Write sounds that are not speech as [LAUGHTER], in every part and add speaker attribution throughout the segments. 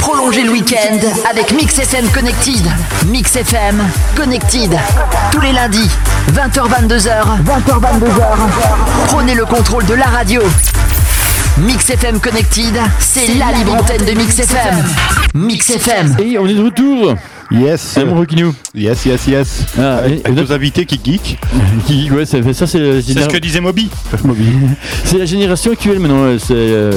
Speaker 1: prolonger le week-end avec Mix FM Connected. Mix FM Connected. Tous les lundis, 20h-22h. 20h-22h. Prenez le contrôle de la radio. Mix FM Connected, c'est la libre antenne de Mix FM. Mix FM.
Speaker 2: Et on est de retour
Speaker 3: Yes.
Speaker 2: C'est mon Rekinew.
Speaker 3: Yes, yes, yes.
Speaker 2: Ah, et-
Speaker 3: Avec nos invités qui geek.
Speaker 2: [LAUGHS] Qui- Ouais, ça fait ça, c'est la,
Speaker 4: C'est ce que disait Moby.
Speaker 2: c'est la génération actuelle maintenant. euh, C'est euh,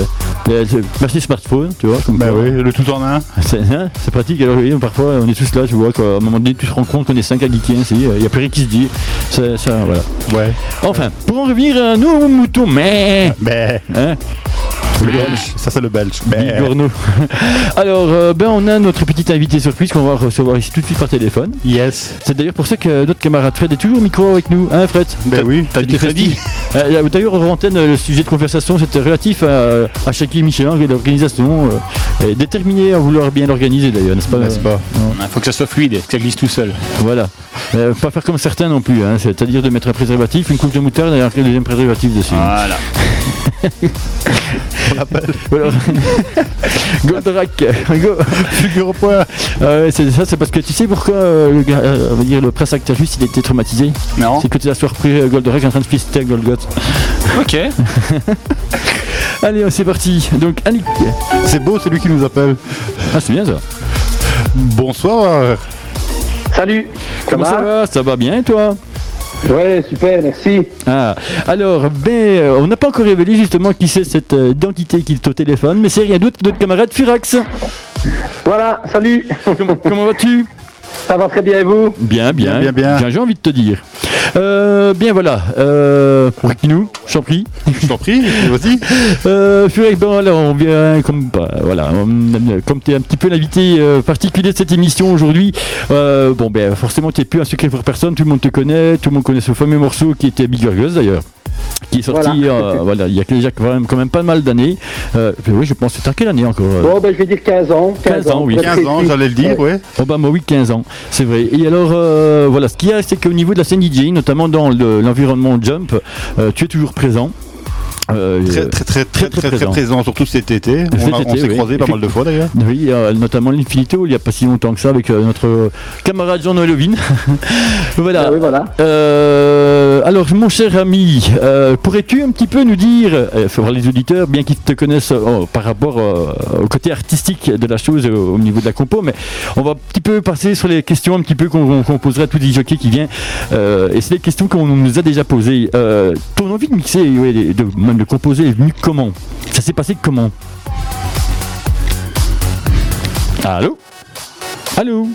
Speaker 2: euh, merci smartphone, tu vois. comme
Speaker 3: Bah
Speaker 2: ça.
Speaker 3: oui, le tout en un.
Speaker 2: [LAUGHS] C'est hein, c'est pratique. Alors oui, parfois on est tous là, tu vois. Quoi. À un moment donné, tu te rends compte qu'on est 5 à geeker. hein, Il n'y a plus rien qui se dit. Ça, ça, voilà.
Speaker 3: Ouais.
Speaker 2: Enfin, pour en revenir à nos moutons, mais
Speaker 3: Mais
Speaker 2: hein,
Speaker 3: le belge. Ça c'est le belge. Mais
Speaker 2: Bigorneau. [LAUGHS] Alors, euh, ben on a notre petite invitée surprise qu'on va recevoir ici tout de suite par téléphone.
Speaker 3: yes.
Speaker 2: C'est d'ailleurs pour ça que notre camarade Fred est toujours au micro avec nous, hein Fred
Speaker 3: Ben oui, t'as dit Freddy.
Speaker 2: Euh, D'ailleurs, en antenne, le sujet de conversation, c'était relatif à, à Shaky Michelin et l'organisation, euh, et déterminé à vouloir bien l'organiser d'ailleurs, n'est-ce pas
Speaker 3: N'est-ce pas
Speaker 4: Il faut que ça soit fluide, que ça glisse tout seul.
Speaker 2: Voilà. Euh, pas faire comme certains non plus, hein, c'est-à-dire de mettre un préservatif, une coupe de moutarde et un deuxième préservatif dessus.
Speaker 3: Ah,
Speaker 2: [LAUGHS]
Speaker 4: Voilà.
Speaker 2: Voilà. [LAUGHS] Goldorak, go.
Speaker 3: Figure au point.
Speaker 2: Euh, c'est ça, c'est parce que tu sais pourquoi euh, le, gars, euh, on va dire, le prince Actarus il était traumatisé
Speaker 4: Non.
Speaker 2: C'est que tu l'as surpris euh, Goldorak en train de fister à Golgoth.
Speaker 4: Ok.
Speaker 2: [LAUGHS] Allez, c'est parti. Donc, Annick.
Speaker 3: C'est beau, c'est lui qui nous appelle.
Speaker 2: Ah, c'est bien ça.
Speaker 3: Bonsoir.
Speaker 5: Salut
Speaker 2: Comment ça va Ça va bien, et toi
Speaker 5: Ouais, super, merci.
Speaker 2: Ah, alors, ben, euh, on n'a pas encore révélé justement qui c'est cette euh, identité qui est au téléphone, mais c'est rien d'autre que notre camarade Furax.
Speaker 5: Voilà, salut
Speaker 2: Oh, Comment, comment vas-tu
Speaker 5: Ça va très bien et vous
Speaker 2: Bien, bien,
Speaker 3: Bien, bien, bien.
Speaker 2: j'ai envie de te dire. Euh, bien, voilà. Euh, nous, j'en prie.
Speaker 3: Je t'en prie, vas-y.
Speaker 2: Euh, Furax, bon, alors, on vient comme, bah, voilà, on- comme tu es un petit peu l'invité euh, particulier de cette émission aujourd'hui, euh, bon, ben, forcément, tu n'es plus un secret pour personne, tout le monde te connaît, tout le monde connaît ce fameux morceau qui était Big Burgers, d'ailleurs. Qui est sorti
Speaker 5: Voilà.
Speaker 2: euh, voilà, il y a déjà quand même, quand même pas mal d'années. Euh, oui, je pense que c'était en quelle année encore euh,
Speaker 5: Bon, ben je vais dire 15 ans.
Speaker 2: 15 ans, oui.
Speaker 5: très
Speaker 3: 15 ans,
Speaker 5: précis.
Speaker 3: j'allais le dire,
Speaker 5: Ouais.
Speaker 3: ouais.
Speaker 2: Oh bah moi oui 15 ans, c'est vrai. Et alors euh, voilà, ce qu'il y a c'est qu'au niveau de la scène DJ, notamment dans le- l'environnement jump, euh, tu es toujours présent. Euh,
Speaker 3: Très, très, très, très, très, très
Speaker 2: présent.
Speaker 3: présent, surtout cet été. On
Speaker 2: Cet
Speaker 3: a- on
Speaker 2: été,
Speaker 3: s'est
Speaker 2: oui.
Speaker 3: croisés pas mal de fois d'ailleurs.
Speaker 2: Oui, euh, notamment l'Infinito, il n'y a pas si longtemps que ça avec euh, notre camarade Jean-Noël Ovin. [LAUGHS] voilà.
Speaker 5: Ah oui, voilà.
Speaker 2: Euh, alors, mon cher ami, euh, pourrais-tu un petit peu nous dire, euh, faut voir les auditeurs, bien qu'ils te connaissent euh, par rapport euh, au côté artistique de la chose euh, au niveau de la compo, mais on va un petit peu passer sur les questions un petit peu qu'on qu'on posera à tous les jockeys qui viennent. Euh, et c'est les questions qu'on nous a déjà posées. Euh, ton envie de mixer, ouais, de, de- même de composer, est venue comment Ça s'est passé comment Allô Allô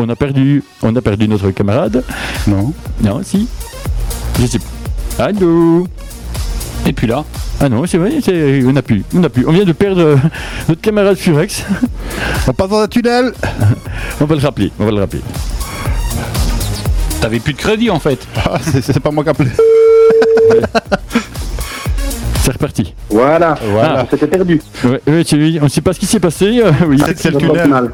Speaker 2: on a perdu, on a perdu notre camarade.
Speaker 3: Non.
Speaker 2: Non, si. Je sais pas. Allô
Speaker 4: Et puis là.
Speaker 2: Ah non, c'est vrai, c'est- on n'a plus, on n'a plus. On vient de perdre euh, notre camarade Furex.
Speaker 3: On passe dans un tunnel.
Speaker 2: On va le rappeler, on va le rappeler.
Speaker 4: T'avais plus de crédit en fait.
Speaker 3: Ah, c'est- c'est pas moi qui appelais.
Speaker 2: C'est reparti.
Speaker 5: Voilà.
Speaker 3: Ah,
Speaker 5: Ah,
Speaker 3: Voilà.
Speaker 5: C'était perdu.
Speaker 2: Ouais, ouais, tu- oui, on ne sait pas ce qui s'est passé. euh, oui.
Speaker 3: C'est c'est le
Speaker 5: Dans le
Speaker 3: tunnel.
Speaker 5: final.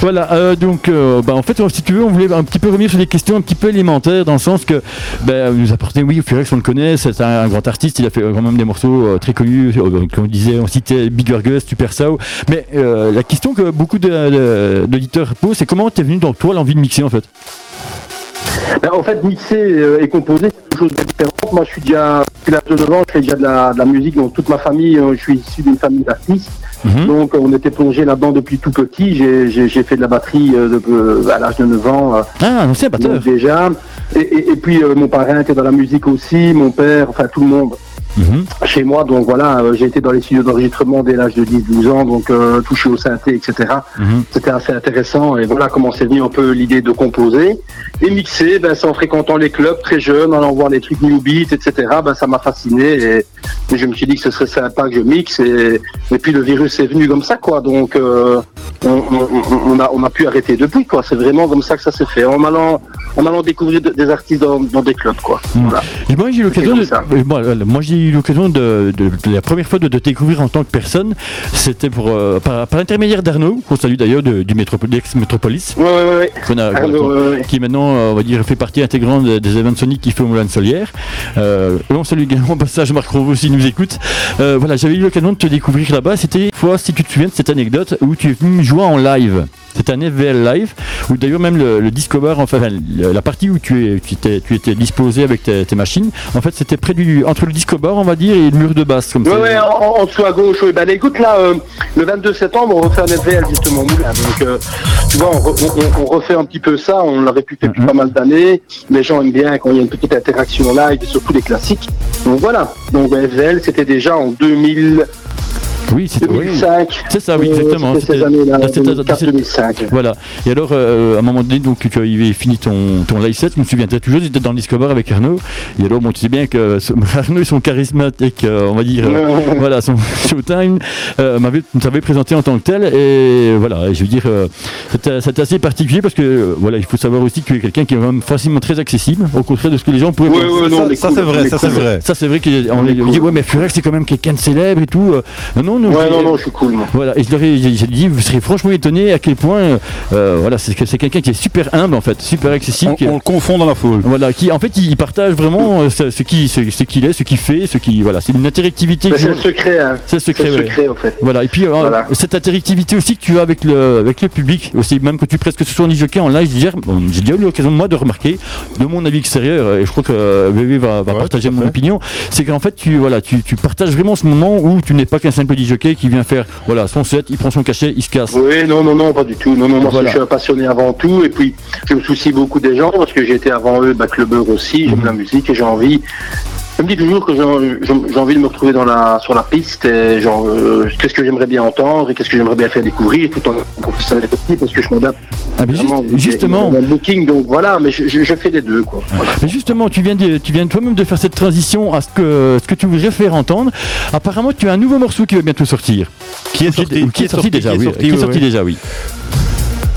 Speaker 2: Voilà, euh, donc euh, bah, en fait, si tu veux, on voulait un petit peu revenir sur des questions un petit peu élémentaires, dans le sens que bah, vous nous apportez, oui, Furex, on le connaît, c'est un, un grand artiste, il a fait euh, quand même des morceaux euh, très connus, euh, donc, comme on disait, on citait Bigger Gus, Super Sao, mais euh, la question que beaucoup de- de- d'auditeurs posent, c'est comment t'es venu dans toi l'envie de mixer en fait
Speaker 5: Ben, en fait, mixer euh, et composer, c'est deux choses bien différentes. Moi, je suis déjà, depuis l'âge de 9 ans, je fais déjà de la, de la musique. Donc, toute ma famille, euh, je suis issu d'une famille d'artistes.
Speaker 2: Mhm.
Speaker 5: Donc, euh, on était plongé là-dedans depuis tout petit. J'ai- J'ai j'ai fait de la batterie euh, de- euh, à l'âge de 9 ans. euh,
Speaker 2: Ah, un ancien batteur
Speaker 5: donc déjà. Et, et- et puis, euh, mon parrain était dans la musique aussi, mon père, enfin, tout le monde.
Speaker 2: Mhm.
Speaker 5: chez moi. Donc voilà, euh, j'ai été dans les studios d'enregistrement dès l'âge de 10-12 ans, donc euh, touché au synthé, etc.
Speaker 2: Mhm.
Speaker 5: C'était assez intéressant. Et voilà comment c'est venu un peu l'idée de composer. Et mixer, ben, c'est en fréquentant les clubs très jeunes, en allant voir les trucs new beat, etc. Ben, ça m'a fasciné et, et je me suis dit que ce serait sympa que je mixe. Et, et puis le virus est venu comme ça, quoi. Donc euh, on, on- on- on a, on a pu arrêter depuis, quoi. C'est vraiment comme ça que ça s'est fait. En allant en allant découvrir de- des artistes dans, dans des clubs, quoi. Voilà.
Speaker 2: Et moi j'ai eu l'occasion
Speaker 5: comme
Speaker 2: de,
Speaker 5: ça.
Speaker 2: euh, moi, euh, moi, j'ai eu l'occasion de, de- de- la première fois de te découvrir en tant que personne, c'était pour euh, par, par l'intermédiaire d'Arnaud, qu'on salue d'ailleurs de- du métropolis métropolis
Speaker 5: Ouais, ouais, ouais, ouais.
Speaker 2: qu'on a-
Speaker 5: Ah,
Speaker 2: qu'on-
Speaker 5: ouais, ouais, ouais.
Speaker 2: qui maintenant euh, on va dire fait partie intégrante des, des événements Sonic qui fait au Moulin de Solière. Euh, et on salue également [LAUGHS] au passage Marc Rovo s'il nous écoute. Euh, voilà, j'avais eu l'occasion de te découvrir là-bas. C'était une fois si tu te souviens de cette anecdote où tu es venu me jouer en live. C'est un FVL live où d'ailleurs même le, le disco bar, enfin le- la partie où tu, es, tu, étais, tu étais disposé avec tes, tes machines, en fait c'était près du entre le disco bar on va dire et le mur de basse comme
Speaker 5: Ouais,
Speaker 2: ça.
Speaker 5: ouais, hein. en, en- en dessous à gauche. Ouais. Bah, allez, écoute, là, euh, le 22 septembre, on refait un FVL justement au Moulin. Donc, euh, tu vois, on, re- on- on- on refait un petit peu ça. On l'aurait pu faire depuis pas mal d'années. Les gens aiment bien quand il y a une petite interaction live, et surtout les classiques. Donc voilà. Donc, bah, FVL, c'était déjà en 2000,
Speaker 2: Oui, c'est oui.
Speaker 5: 2005.
Speaker 2: C'est ça, Ah oui,
Speaker 5: Euh,
Speaker 2: exactement.
Speaker 5: c'était ces
Speaker 2: C'était-
Speaker 5: années-là,
Speaker 2: dans cette- dans
Speaker 5: 2004,
Speaker 2: cette-
Speaker 5: 2005.
Speaker 2: Voilà. Et alors, euh, à un moment donné, donc, tu avais fini ton, ton live set, je me souviens très toujours, j'étais dans le Discover avec Arnaud. Et alors, bon, tu sais bien que euh, ce- [LAUGHS] Arnaud et son charismatique, euh, on va dire, euh,
Speaker 5: [LAUGHS]
Speaker 2: voilà, son [LAUGHS] showtime, euh, m'avait- nous avait présenté en tant que tel. Et voilà, et je veux dire, euh, c'était c'était assez particulier parce que, euh, voilà, il faut savoir aussi que tu es quelqu'un qui est vraiment facilement très accessible, au contraire de ce que les gens pouvaient
Speaker 5: Ouais,
Speaker 2: penser.
Speaker 5: ouais, non,
Speaker 3: ça,
Speaker 5: mais
Speaker 3: ça,
Speaker 5: cool,
Speaker 3: c'est vrai,
Speaker 5: mais
Speaker 3: ça c'est
Speaker 5: cool.
Speaker 3: vrai.
Speaker 2: Ça, c'est vrai qu'on
Speaker 5: Mais
Speaker 2: les
Speaker 5: cool.
Speaker 2: dit, ouais, mais Furex, c'est quand même quelqu'un de célèbre et tout. Euh, Non, non,
Speaker 5: Ouais,
Speaker 2: c'est-
Speaker 5: non, non, je suis cool, moi.
Speaker 2: voilà, et je leur ai, j'ai- j'ai dit, vous serez franchement étonné à quel point, euh, euh, voilà, c'est que c'est quelqu'un qui est super humble en fait, super accessible.
Speaker 4: On,
Speaker 2: qui-
Speaker 4: on le confond dans la foule.
Speaker 2: Voilà, qui en fait il partage vraiment euh, ce, ce qui ce, ce qu'il est, ce qu'il fait, ce qui voilà, c'est une interactivité.
Speaker 5: Bah,
Speaker 2: que je-
Speaker 5: c'est le secret, hein.
Speaker 2: C'est le
Speaker 5: C'est
Speaker 2: secret.
Speaker 5: le
Speaker 2: ouais.
Speaker 5: secret, en fait.
Speaker 2: Voilà, et puis euh,
Speaker 5: Voilà.
Speaker 2: cette interactivité aussi que tu as avec le, avec le public, aussi même que tu presque ce soit en jockey en live, je veux dire, bon, j'ai déjà eu l'occasion moi de remarquer, de mon avis extérieur, et je crois que euh, VV va, va
Speaker 3: Ouais,
Speaker 2: partager
Speaker 3: tout à
Speaker 2: mon
Speaker 3: fait.
Speaker 2: opinion, c'est qu'en fait tu, voilà, tu, tu partages vraiment ce moment où tu n'es pas qu'un simple jockey qui vient faire voilà, son set, il prend son cachet, il se casse.
Speaker 5: Oui, non, non, non, pas du tout. Non, non, moi,
Speaker 2: Voilà.
Speaker 5: je suis un passionné avant tout. Et puis, je me soucie beaucoup des gens parce que j'ai été avant eux, bah, clubbeur aussi.
Speaker 2: Mhm.
Speaker 5: J'aime la musique et j'ai envie. Je me dis toujours que j'ai en- j'ai j'ai envie de me retrouver dans la, sur la piste. et genre, euh, qu'est-ce que j'aimerais bien entendre et qu'est-ce que j'aimerais bien faire découvrir tout en professionnel aussi parce que je m'adapte
Speaker 2: Ah, mais juste-
Speaker 5: vraiment.
Speaker 2: justement,
Speaker 5: Dans le booking, donc voilà, mais je, je, je fais les deux, quoi.
Speaker 2: Mais justement, tu viens, de, tu viens toi-même de faire cette transition à ce que, ce que tu voudrais faire entendre. Apparemment, tu as un nouveau morceau qui va bientôt sortir.
Speaker 3: Qui est sorti,
Speaker 2: qui est sorti déjà, oui. Qui est sorti déjà, oui.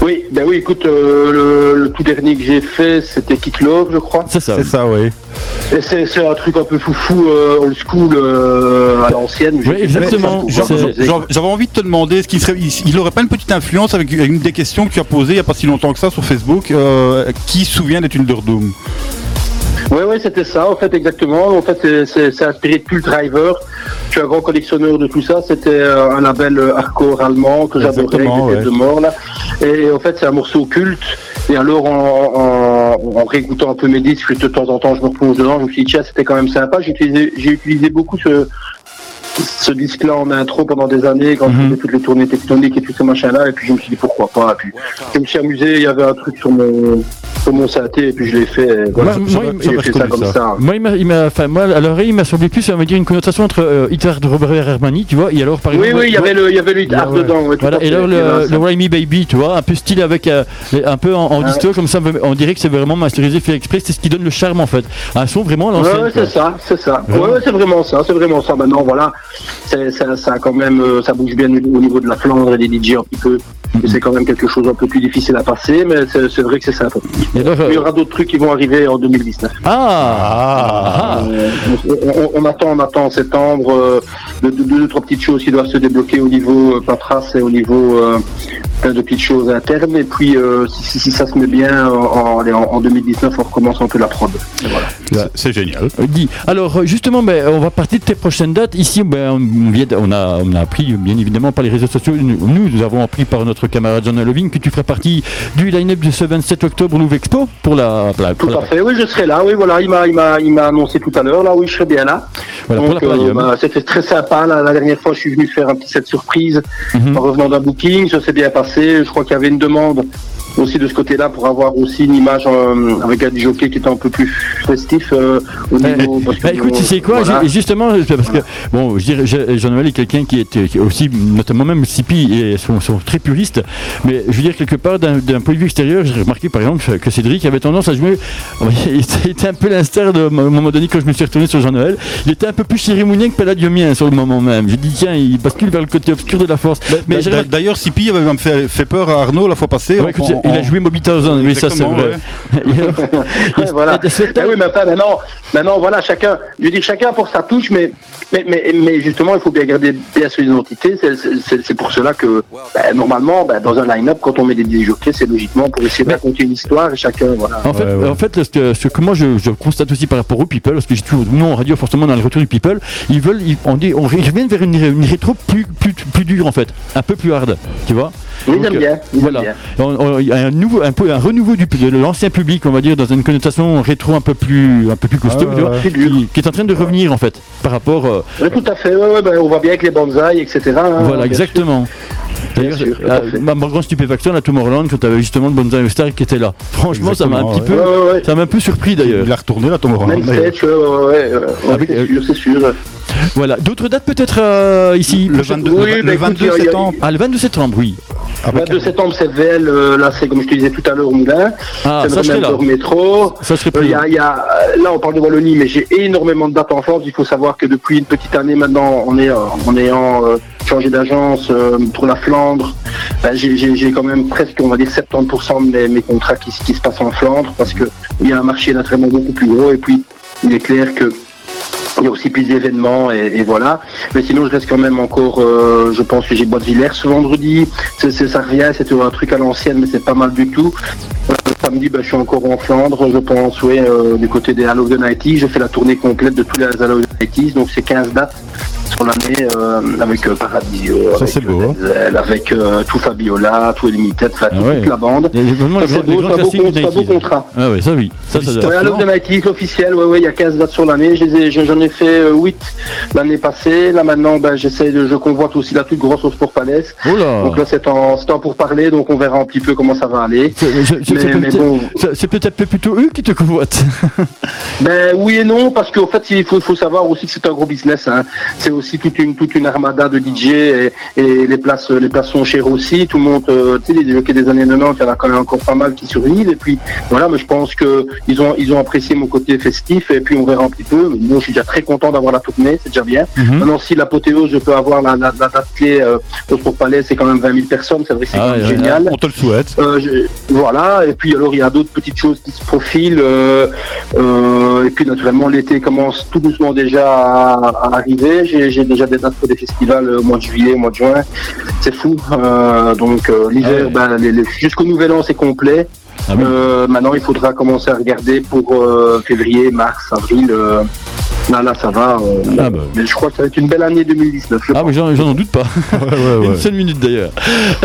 Speaker 5: Oui, ben oui, écoute, euh, le, le tout dernier que j'ai fait, c'était Kick Love, je crois.
Speaker 2: C'est ça.
Speaker 3: C'est ça, oui.
Speaker 5: Et C'est c'est un truc un peu foufou, euh, old school, euh, à l'ancienne.
Speaker 2: Oui, exactement.
Speaker 5: Mais-
Speaker 2: Jean-
Speaker 5: Jean-
Speaker 2: Jean-
Speaker 5: Jean-
Speaker 3: J'en- J'avais envie de te demander, est-ce qu'il serait, il, il aurait pas une petite influence avec une des questions que tu as posées il n'y a pas si longtemps que ça sur Facebook euh, Qui se souvient des Thunderdome
Speaker 5: Ouais, ouais, c'était ça, en fait, exactement. En fait, c'est- c'est c'est inspiré de Pull Driver. Je suis un grand collectionneur de tout ça. C'était euh, un label euh, hardcore allemand que j'adorais,
Speaker 3: Exactement,
Speaker 5: j'étais de mort, là. Et en fait, c'est un morceau culte. Et alors, en, en, en réécoutant un peu mes disques, de temps en temps, je me replonge dedans. Je me suis dit, tiens, c'était quand même sympa. J'ai utilisé, j'ai utilisé beaucoup ce, ce disque-là en intro pendant des années, quand je faisais toutes les tournées tectoniques et tout ce machin-là. Et puis, je me suis dit, pourquoi pas. Et puis, je me suis amusé. Il y avait un truc sur mon, sur mon synthé. Et puis, je l'ai fait. et voilà.
Speaker 2: Moi, moi,
Speaker 5: J'ai
Speaker 2: moi,
Speaker 5: fait
Speaker 3: je
Speaker 5: ça
Speaker 3: connais
Speaker 5: comme
Speaker 3: ça.
Speaker 5: ça.
Speaker 2: Moi, il m'a, il m'a- enfin, moi, à l'oreille, il m'a semblé plus, on va dire, une connotation entre euh, Hit Hard Robert Hermani, tu vois, et alors, par
Speaker 5: Oui,
Speaker 2: exemple.
Speaker 5: oui, il y avait le, il y avait le hit
Speaker 2: Ouais,
Speaker 5: art
Speaker 2: ouais.
Speaker 5: dedans. ouais, tout
Speaker 2: Voilà,
Speaker 5: à
Speaker 2: et
Speaker 5: fait.
Speaker 2: là,
Speaker 5: Il y avait
Speaker 2: le,
Speaker 5: un-
Speaker 2: le Rhyme Me Baby, tu vois, un peu style avec euh, les- un peu en,
Speaker 5: Ah
Speaker 2: en disto, comme ça, on dirait que c'est vraiment masterisé, fait exprès, c'est ce qui donne le charme en fait. Un son vraiment à l'ancienne.
Speaker 5: Ouais, ouais,
Speaker 2: quoi.
Speaker 5: c'est ça, c'est ça. Ouais,
Speaker 2: Vraiment.
Speaker 5: ouais, c'est vraiment ça, c'est vraiment ça. Maintenant, voilà, c'est, ça, ça a quand même, euh, ça bouge bien au niveau de la Flandre et des DJ un petit peu. Et C'est quand même quelque chose un peu plus difficile à passer, mais c'est, c'est vrai que c'est sympa.
Speaker 2: Et alors, euh,
Speaker 5: Il y aura d'autres trucs qui vont arriver en 2019.
Speaker 2: ah, ah,
Speaker 5: Euh, on, on- on attend, on attend en septembre euh, deux, deux, deux, trois petites choses qui doivent se débloquer au niveau euh, paperasse et au niveau euh, plein de petites choses internes. Et puis, euh, si, si- si ça se met bien, euh, en, en, en 2019, on recommence un peu la prod. Et voilà.
Speaker 3: C'est- C'est génial.
Speaker 2: Euh, Guy, alors euh, justement, ben, on va partir de tes prochaines dates. Ici, ben, on, vient de- on a, on a appris, bien évidemment, par les réseaux sociaux. Nous, nous, nous avons appris par notre camarade John Loving que tu ferais partie du line-up de ce 27 octobre au Louvre Expo pour la, pour la-
Speaker 5: Tout
Speaker 2: pour la-
Speaker 5: à fait, oui, je serai là. Oui, voilà, il m'a, il m'a, il m'a annoncé tout à l'heure. Là, oui, je serai bien là.
Speaker 2: voilà, pour la
Speaker 5: Donc, euh,
Speaker 2: Palladium.
Speaker 5: bah, c'était très sympa. La, la dernière fois, je suis venu faire un petit set surprise
Speaker 2: Mhm.
Speaker 5: en revenant d'un booking. Ça s'est bien passé. Je crois qu'il y avait une demande aussi de ce côté-là pour avoir aussi une image euh, avec un jockey qui était un peu plus festif euh, au
Speaker 2: Ouais.
Speaker 5: niveau. parce que
Speaker 2: Bah, écoute,
Speaker 5: bon,
Speaker 2: tu sais quoi,
Speaker 5: voilà.
Speaker 2: j'ai- justement, parce que bon, je dirais, je- Jean-Noël est quelqu'un qui est euh, qui est aussi, notamment même Sipi, et sont, sont très puristes, mais je veux dire, quelque part, d'un d'un point de vue extérieur, j'ai remarqué par exemple que Cédric avait tendance à jouer, [LAUGHS] il était un peu l'instar de mon- au moment donné quand je me suis retourné sur Jean-Noël, il était un peu plus cérémonien que Palladiumien sur le moment même. J'ai dit, tiens, il bascule vers le côté obscur de la force. Mais j'ai
Speaker 3: bah, D'a- D'ailleurs, Sipi avait même fait, fait peur à Arnaud la fois passée
Speaker 2: Ouais,
Speaker 3: en,
Speaker 2: écoute,
Speaker 3: en-
Speaker 2: il
Speaker 4: en-
Speaker 2: a joué Moby Thousand, oui, ça c'est
Speaker 3: bah, Exactement,
Speaker 2: vrai. [LAUGHS]
Speaker 5: Ouais, [LAUGHS] voilà.
Speaker 2: Et c'est-
Speaker 5: Ben oui, mais enfin, maintenant, maintenant, voilà, chacun, je dis chacun pour sa touche, mais, mais, mais, mais justement, il faut bien garder bien son identité. C'est- c'est- C'est c'est pour cela que, ben, normalement, ben, dans un line-up, quand on met des disjockeys, c'est logiquement pour essayer de raconter une histoire et chacun, voilà.
Speaker 2: En fait,
Speaker 4: ouais.
Speaker 2: en fait ce que, ce que moi je, je constate aussi par rapport aux people, parce que j'ai toujours, nous en radio, forcément dans le retour du people, ils veulent, ils, on dit, on, ils reviennent vers une, une rétro plus, plus, plus dure en fait, un peu plus hard, tu vois.
Speaker 5: Oui,
Speaker 2: Donc,
Speaker 5: j'aime bien. ils aiment
Speaker 2: Voilà,
Speaker 5: bien.
Speaker 2: On- on- il y a un, nouveau, un, peu, un renouveau du, de l'ancien public, on va dire, dans une connotation rétro un peu plus, un peu plus costaud, tu vois,
Speaker 5: C'est dur.
Speaker 2: qui, qui est en train de revenir en fait, par rapport. euh,
Speaker 5: Oui, tout à fait, ouais, ouais, ben, on voit bien avec les bonsaïs, etc. hein,
Speaker 2: voilà,
Speaker 5: bien
Speaker 2: exactement. D'ailleurs,
Speaker 5: sûr, tout
Speaker 2: euh,
Speaker 5: à fait.
Speaker 2: ma ma grande stupéfaction à Tomorrowland, quand tu avais justement le Bonzai Star qui était là. Franchement, ça m'a un
Speaker 3: Exactement,
Speaker 2: petit
Speaker 5: sûr.
Speaker 2: peu,
Speaker 5: Ouais, ouais, ouais.
Speaker 2: ça m'a un peu surpris d'ailleurs.
Speaker 3: Il a retourné là, Tom Holland,
Speaker 5: Même
Speaker 3: d'ailleurs.
Speaker 5: sketch, ouais, ouais, ouais, ouais,
Speaker 2: Avec,
Speaker 5: c'est
Speaker 2: euh,
Speaker 5: sûr, c'est sûr.
Speaker 2: Voilà. D'autres dates peut-être euh, ici
Speaker 3: Le 22,
Speaker 5: Oui,
Speaker 3: le,
Speaker 5: bah, écoute,
Speaker 3: 22
Speaker 5: il y a- il y a-
Speaker 3: septembre.
Speaker 2: Ah, le 22 septembre, oui.
Speaker 5: Le 22 Bah, septembre, c'est VL, euh, là, c'est comme je te disais tout à l'heure, au Moulin.
Speaker 2: Ah,
Speaker 5: c'est
Speaker 2: ça,
Speaker 5: le
Speaker 2: je serai là.
Speaker 5: Remember métro.
Speaker 2: Ça serait
Speaker 5: Euh,
Speaker 2: plus.
Speaker 5: il y a- il y a- euh, là, on parle de Wallonie, mais j'ai énormément de dates en France. Il faut savoir que depuis une petite année maintenant, on est euh, en ayant euh, changé d'agence euh, pour la Flandre. ben, j'ai- j'ai j'ai quand même presque, on va dire, 70% de mes, mes contrats qui, se- qui se passent en Flandre parce que il y a un marché d'entraînement beaucoup plus gros. Et puis, il est clair que il y a aussi plus d'événements et, et voilà. Mais sinon, je reste quand même encore. euh, je pense que j'ai Bois de Villers ce vendredi. C'est, c'est- ça revient, c'est toujours un truc à l'ancienne, mais c'est pas mal du tout. Euh, samedi, bah, je suis encore en Flandre. Je pense, ouais, euh, du côté des Hallows de Nighties. Je fais la tournée complète de tous les Hallows de Nighties. Donc, c'est 15 dates sur l'année euh, avec euh, Paradisio,
Speaker 3: Ça,
Speaker 5: avec,
Speaker 3: c'est beau, hein.
Speaker 5: Denzel, avec euh, tout Fabiola, tout Limited, enfin,
Speaker 2: Ah ouais.
Speaker 5: toute la bande.
Speaker 2: Il y a vraiment
Speaker 5: Ça,
Speaker 2: le
Speaker 5: c'est
Speaker 2: grand-
Speaker 5: beau,
Speaker 2: le
Speaker 5: c'est
Speaker 2: grand
Speaker 5: un beau
Speaker 2: classique
Speaker 5: con-
Speaker 2: du
Speaker 5: c'est un beau
Speaker 2: 90s.
Speaker 5: contrat.
Speaker 2: Ah oui, ça oui. Ça, ça,
Speaker 5: Ouais, Hallows de Nighties, officiel, ouais, ouais, il y a 15 dates sur l'année. Je les ai- je- J'en ai fait 8 l'année passée. Là, maintenant, ben, j'essaie de, je convoite aussi la toute grosse au Sport Palais.
Speaker 2: Oh là
Speaker 5: Donc là, c'est en, c'est en pour parler, donc on verra un petit peu comment ça va aller.
Speaker 2: C'est- je- je-
Speaker 5: Mais-
Speaker 2: c'est
Speaker 5: mais
Speaker 2: peut-être-
Speaker 5: bon.
Speaker 2: c'est- C'est peut-être plutôt eux qui te convoitent.
Speaker 5: Ben oui et non, parce qu'en fait, il faut, faut savoir aussi que c'est un gros business. Hein. C'est aussi toute une toute une armada de DJ et, et les places les places sont chères aussi. Tout le monde, euh, tu sais, les jockeys des années 90, il y en a quand même encore pas mal qui survivent. Et puis voilà, mais je pense que ils ont ils ont apprécié mon côté festif. Et puis on verra un petit peu. Mais bon, je suis déjà très content d'avoir la tournée, c'est déjà bien.
Speaker 2: Mhm.
Speaker 5: Maintenant, si l'apothéose, je peux avoir la, la, la date clé euh, au Sport Palais, c'est quand même 20 000 personnes. C'est vrai, que c'est
Speaker 2: Ah
Speaker 5: quand même
Speaker 2: ouais, ouais.
Speaker 5: génial.
Speaker 3: On te le souhaite.
Speaker 5: Euh, je- voilà, et puis alors il y a d'autres petites choses qui se profilent. euh, euh, et puis naturellement l'été commence tout doucement déjà à, à arriver. J'ai j'ai déjà des dates pour des festivals euh, au mois de juillet, au mois de juin. C'est fou. Euh, donc euh, l'hiver, ben, les- les- jusqu'au nouvel an c'est complet.
Speaker 2: Ah oui.
Speaker 5: Euh, maintenant il faudra commencer à regarder pour euh, février, mars, avril. euh, là là ça va. euh,
Speaker 2: Ah bah.
Speaker 5: mais je crois que ça va être une belle année 2019. je
Speaker 2: Ah mais j'en j'en doute
Speaker 5: [LAUGHS]
Speaker 2: pas. Une seule minute d'ailleurs.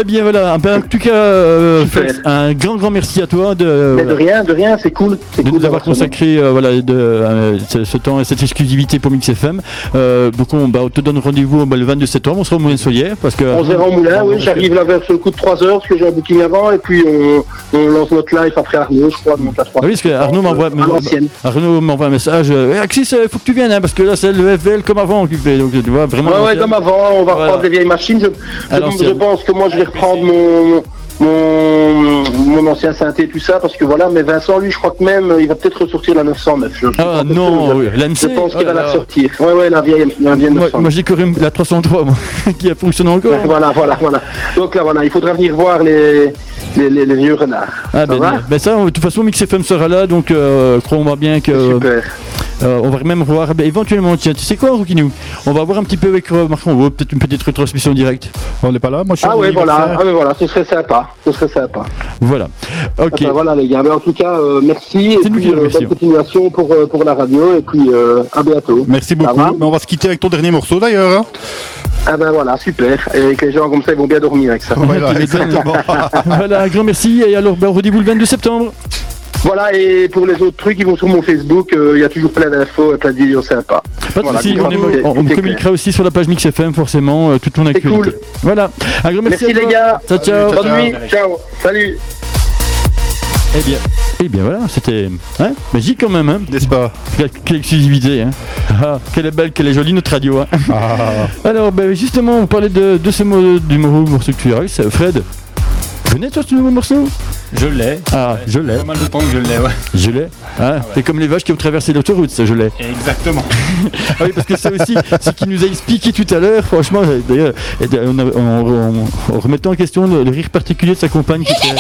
Speaker 2: Eh bien voilà, un- ben, en tout cas, euh,
Speaker 5: Super.
Speaker 2: Félix, un grand grand merci à toi de,
Speaker 5: Mais de rien, de rien, c'est cool. C'est
Speaker 2: de
Speaker 5: cool
Speaker 2: nous avoir
Speaker 5: ce moment.
Speaker 2: consacré euh, voilà, de, euh, ce, ce temps et cette exclusivité pour Mix FM. Euh, donc on, bah, on te donne rendez-vous bah, le 22 septembre, on sera au moyen solière parce que...
Speaker 5: On se verra au moulin, oui, j'arrive là vers sur le coup de 3 heures, parce que j'ai un booking avant, et puis on, on lance notre live après Arnaud, je crois, donc à 3
Speaker 2: Ah oui, parce que Arnaud m'envoie
Speaker 5: À l'ancienne.
Speaker 2: Arnaud m'envoie un message. euh, Eh, Axis, il faut que tu viennes, hein, parce que là, c'est le FVL comme avant qui fait. Donc, tu vois, vraiment.
Speaker 5: Ouais, ouais,
Speaker 2: l'ancienne.
Speaker 5: comme avant, on va
Speaker 2: Voilà.
Speaker 5: reprendre des vieilles machines. Je, je-
Speaker 2: À l'ancienne.
Speaker 5: je pense que moi, je vais reprendre mon, mon, mon ancien synthé et tout ça, parce que voilà, mais Vincent, lui, je crois que même, il va peut-être ressortir la 909. Je, je
Speaker 2: Ah
Speaker 5: pense
Speaker 2: non,
Speaker 5: que-
Speaker 2: oui, la MC,
Speaker 5: Je pense
Speaker 2: oh
Speaker 5: qu'il va
Speaker 2: là
Speaker 5: la
Speaker 2: là.
Speaker 5: sortir. Ouais, ouais, la vieille, la vieille
Speaker 2: Moi,
Speaker 5: 909.
Speaker 2: moi, j'ai corrigé la 303, moi, [LAUGHS] qui a fonctionné encore.
Speaker 5: Ouais, Voilà, voilà, voilà. Donc là, voilà, il faudra venir voir les, les, les- les vieux renards.
Speaker 2: Ah,
Speaker 5: ça
Speaker 2: ben,
Speaker 5: va
Speaker 2: ben, ben, ça, de toute façon, Mix FM sera là, donc euh, crois-moi bien que.
Speaker 5: Super.
Speaker 2: Euh, on va même voir ben, éventuellement, tiens, tu sais quoi, Roukinou On va voir un petit peu avec euh, Marc, on va peut-être une petite retransmission directe.
Speaker 3: On n'est pas là, moi je suis
Speaker 5: Ah
Speaker 3: en
Speaker 5: ouais, voilà,
Speaker 3: anniversaire.
Speaker 5: ah ouais, voilà, ce serait sympa, ce serait sympa.
Speaker 2: Voilà. Ok.
Speaker 5: Enfin, Ah, bah, voilà les gars, mais en tout cas, euh, merci et
Speaker 2: C'est nous qui
Speaker 5: puis euh,
Speaker 2: remercions.
Speaker 5: bonne continuation pour, euh, pour la radio et puis euh, à bientôt.
Speaker 3: Merci
Speaker 5: Ça va
Speaker 3: beaucoup. Mais on va se quitter avec ton dernier morceau d'ailleurs. hein.
Speaker 5: Ah ben voilà, super. Et que les gens comme ça, ils vont bien dormir avec ça.
Speaker 3: Voilà, [LAUGHS] exactement.
Speaker 2: voilà, un grand merci. Et alors, ben, rendez-vous le 22 septembre.
Speaker 5: [LAUGHS] Voilà, et pour les autres trucs, ils vont sur mon Facebook, euh, il y a toujours plein d'infos et plein de vidéos sympas.
Speaker 2: Pas de
Speaker 5: Voilà,
Speaker 2: soucis, on,
Speaker 5: bravo,
Speaker 2: est-
Speaker 5: c'est-
Speaker 2: on- on
Speaker 5: c'est
Speaker 2: communiquera aussi sur la page Mix FM forcément euh, toute ton actualité.
Speaker 5: cool.
Speaker 2: Voilà. Un grand merci,
Speaker 5: Merci,
Speaker 2: à toi.
Speaker 5: les gars.
Speaker 2: Ciao ciao.
Speaker 5: Bonne nuit, ciao, salut.
Speaker 2: Eh bien, eh bien voilà, c'était hein, magique quand même. Hein.
Speaker 3: N'est-ce pas
Speaker 2: Quelle, quelle exclusivité. Hein. Ah, quelle est belle, quelle est jolie notre radio. Hein. [LAUGHS]
Speaker 3: Ah.
Speaker 2: Alors ben, justement, on parlait de, de ce mot du mot- morceau que tu as eu, c'est- Fred. Venez toi ce nouveau morceau
Speaker 4: Je l'ai.
Speaker 2: Ah, je l'ai,
Speaker 4: Pas mal de temps que je l'ai, ouais.
Speaker 2: je l'ai. Ah, C'est comme les vaches qui ont traversé l'autoroute, ça je l'ai.
Speaker 4: Exactement.
Speaker 2: [LAUGHS] Ah oui, parce que ça aussi, ce qu'il nous a expliqué tout à l'heure, franchement, j'ai- d'ailleurs, et d'ailleurs, on a- en, en- en remettant en question le, le rire particulier de sa compagne qui était-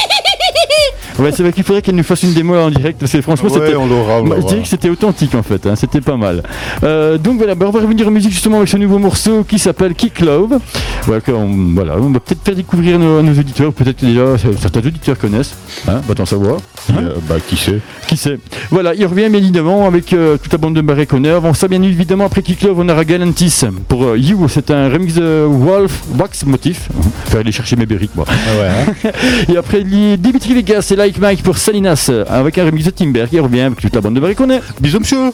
Speaker 2: Ouais, c'est vrai qu'il faudrait qu'elle nous fasse une démo en direct parce que franchement,
Speaker 3: Ouais,
Speaker 2: c'était.
Speaker 3: on l'aura. on
Speaker 2: Bah, je
Speaker 3: l'aura.
Speaker 2: dirais que c'était authentique en fait, hein, c'était pas mal. Euh, donc voilà, bah, on va revenir en musique justement avec ce nouveau morceau qui s'appelle Kick Love. Voilà, que on, voilà, on va peut-être faire découvrir nos, nos auditeurs, peut-être que déjà euh, certains auditeurs connaissent, hein, va t'en savoir,
Speaker 3: Euh, bah, qui sait
Speaker 2: qui sait. Voilà, il revient bien évidemment avec euh, toute la bande de Barry Connor. On ça bien évidemment après Kick Love, on aura Galantis pour euh, You, c'est un remix de Wolf Wax Motif. Faut aller chercher mes berries moi.
Speaker 4: ouais, hein.
Speaker 2: [LAUGHS] Et après les Dimitri Vegas et Like Mike pour Salinas euh, avec un remix de Timber qui revient avec toute la bande de Barry Connor.
Speaker 3: Bisous, monsieur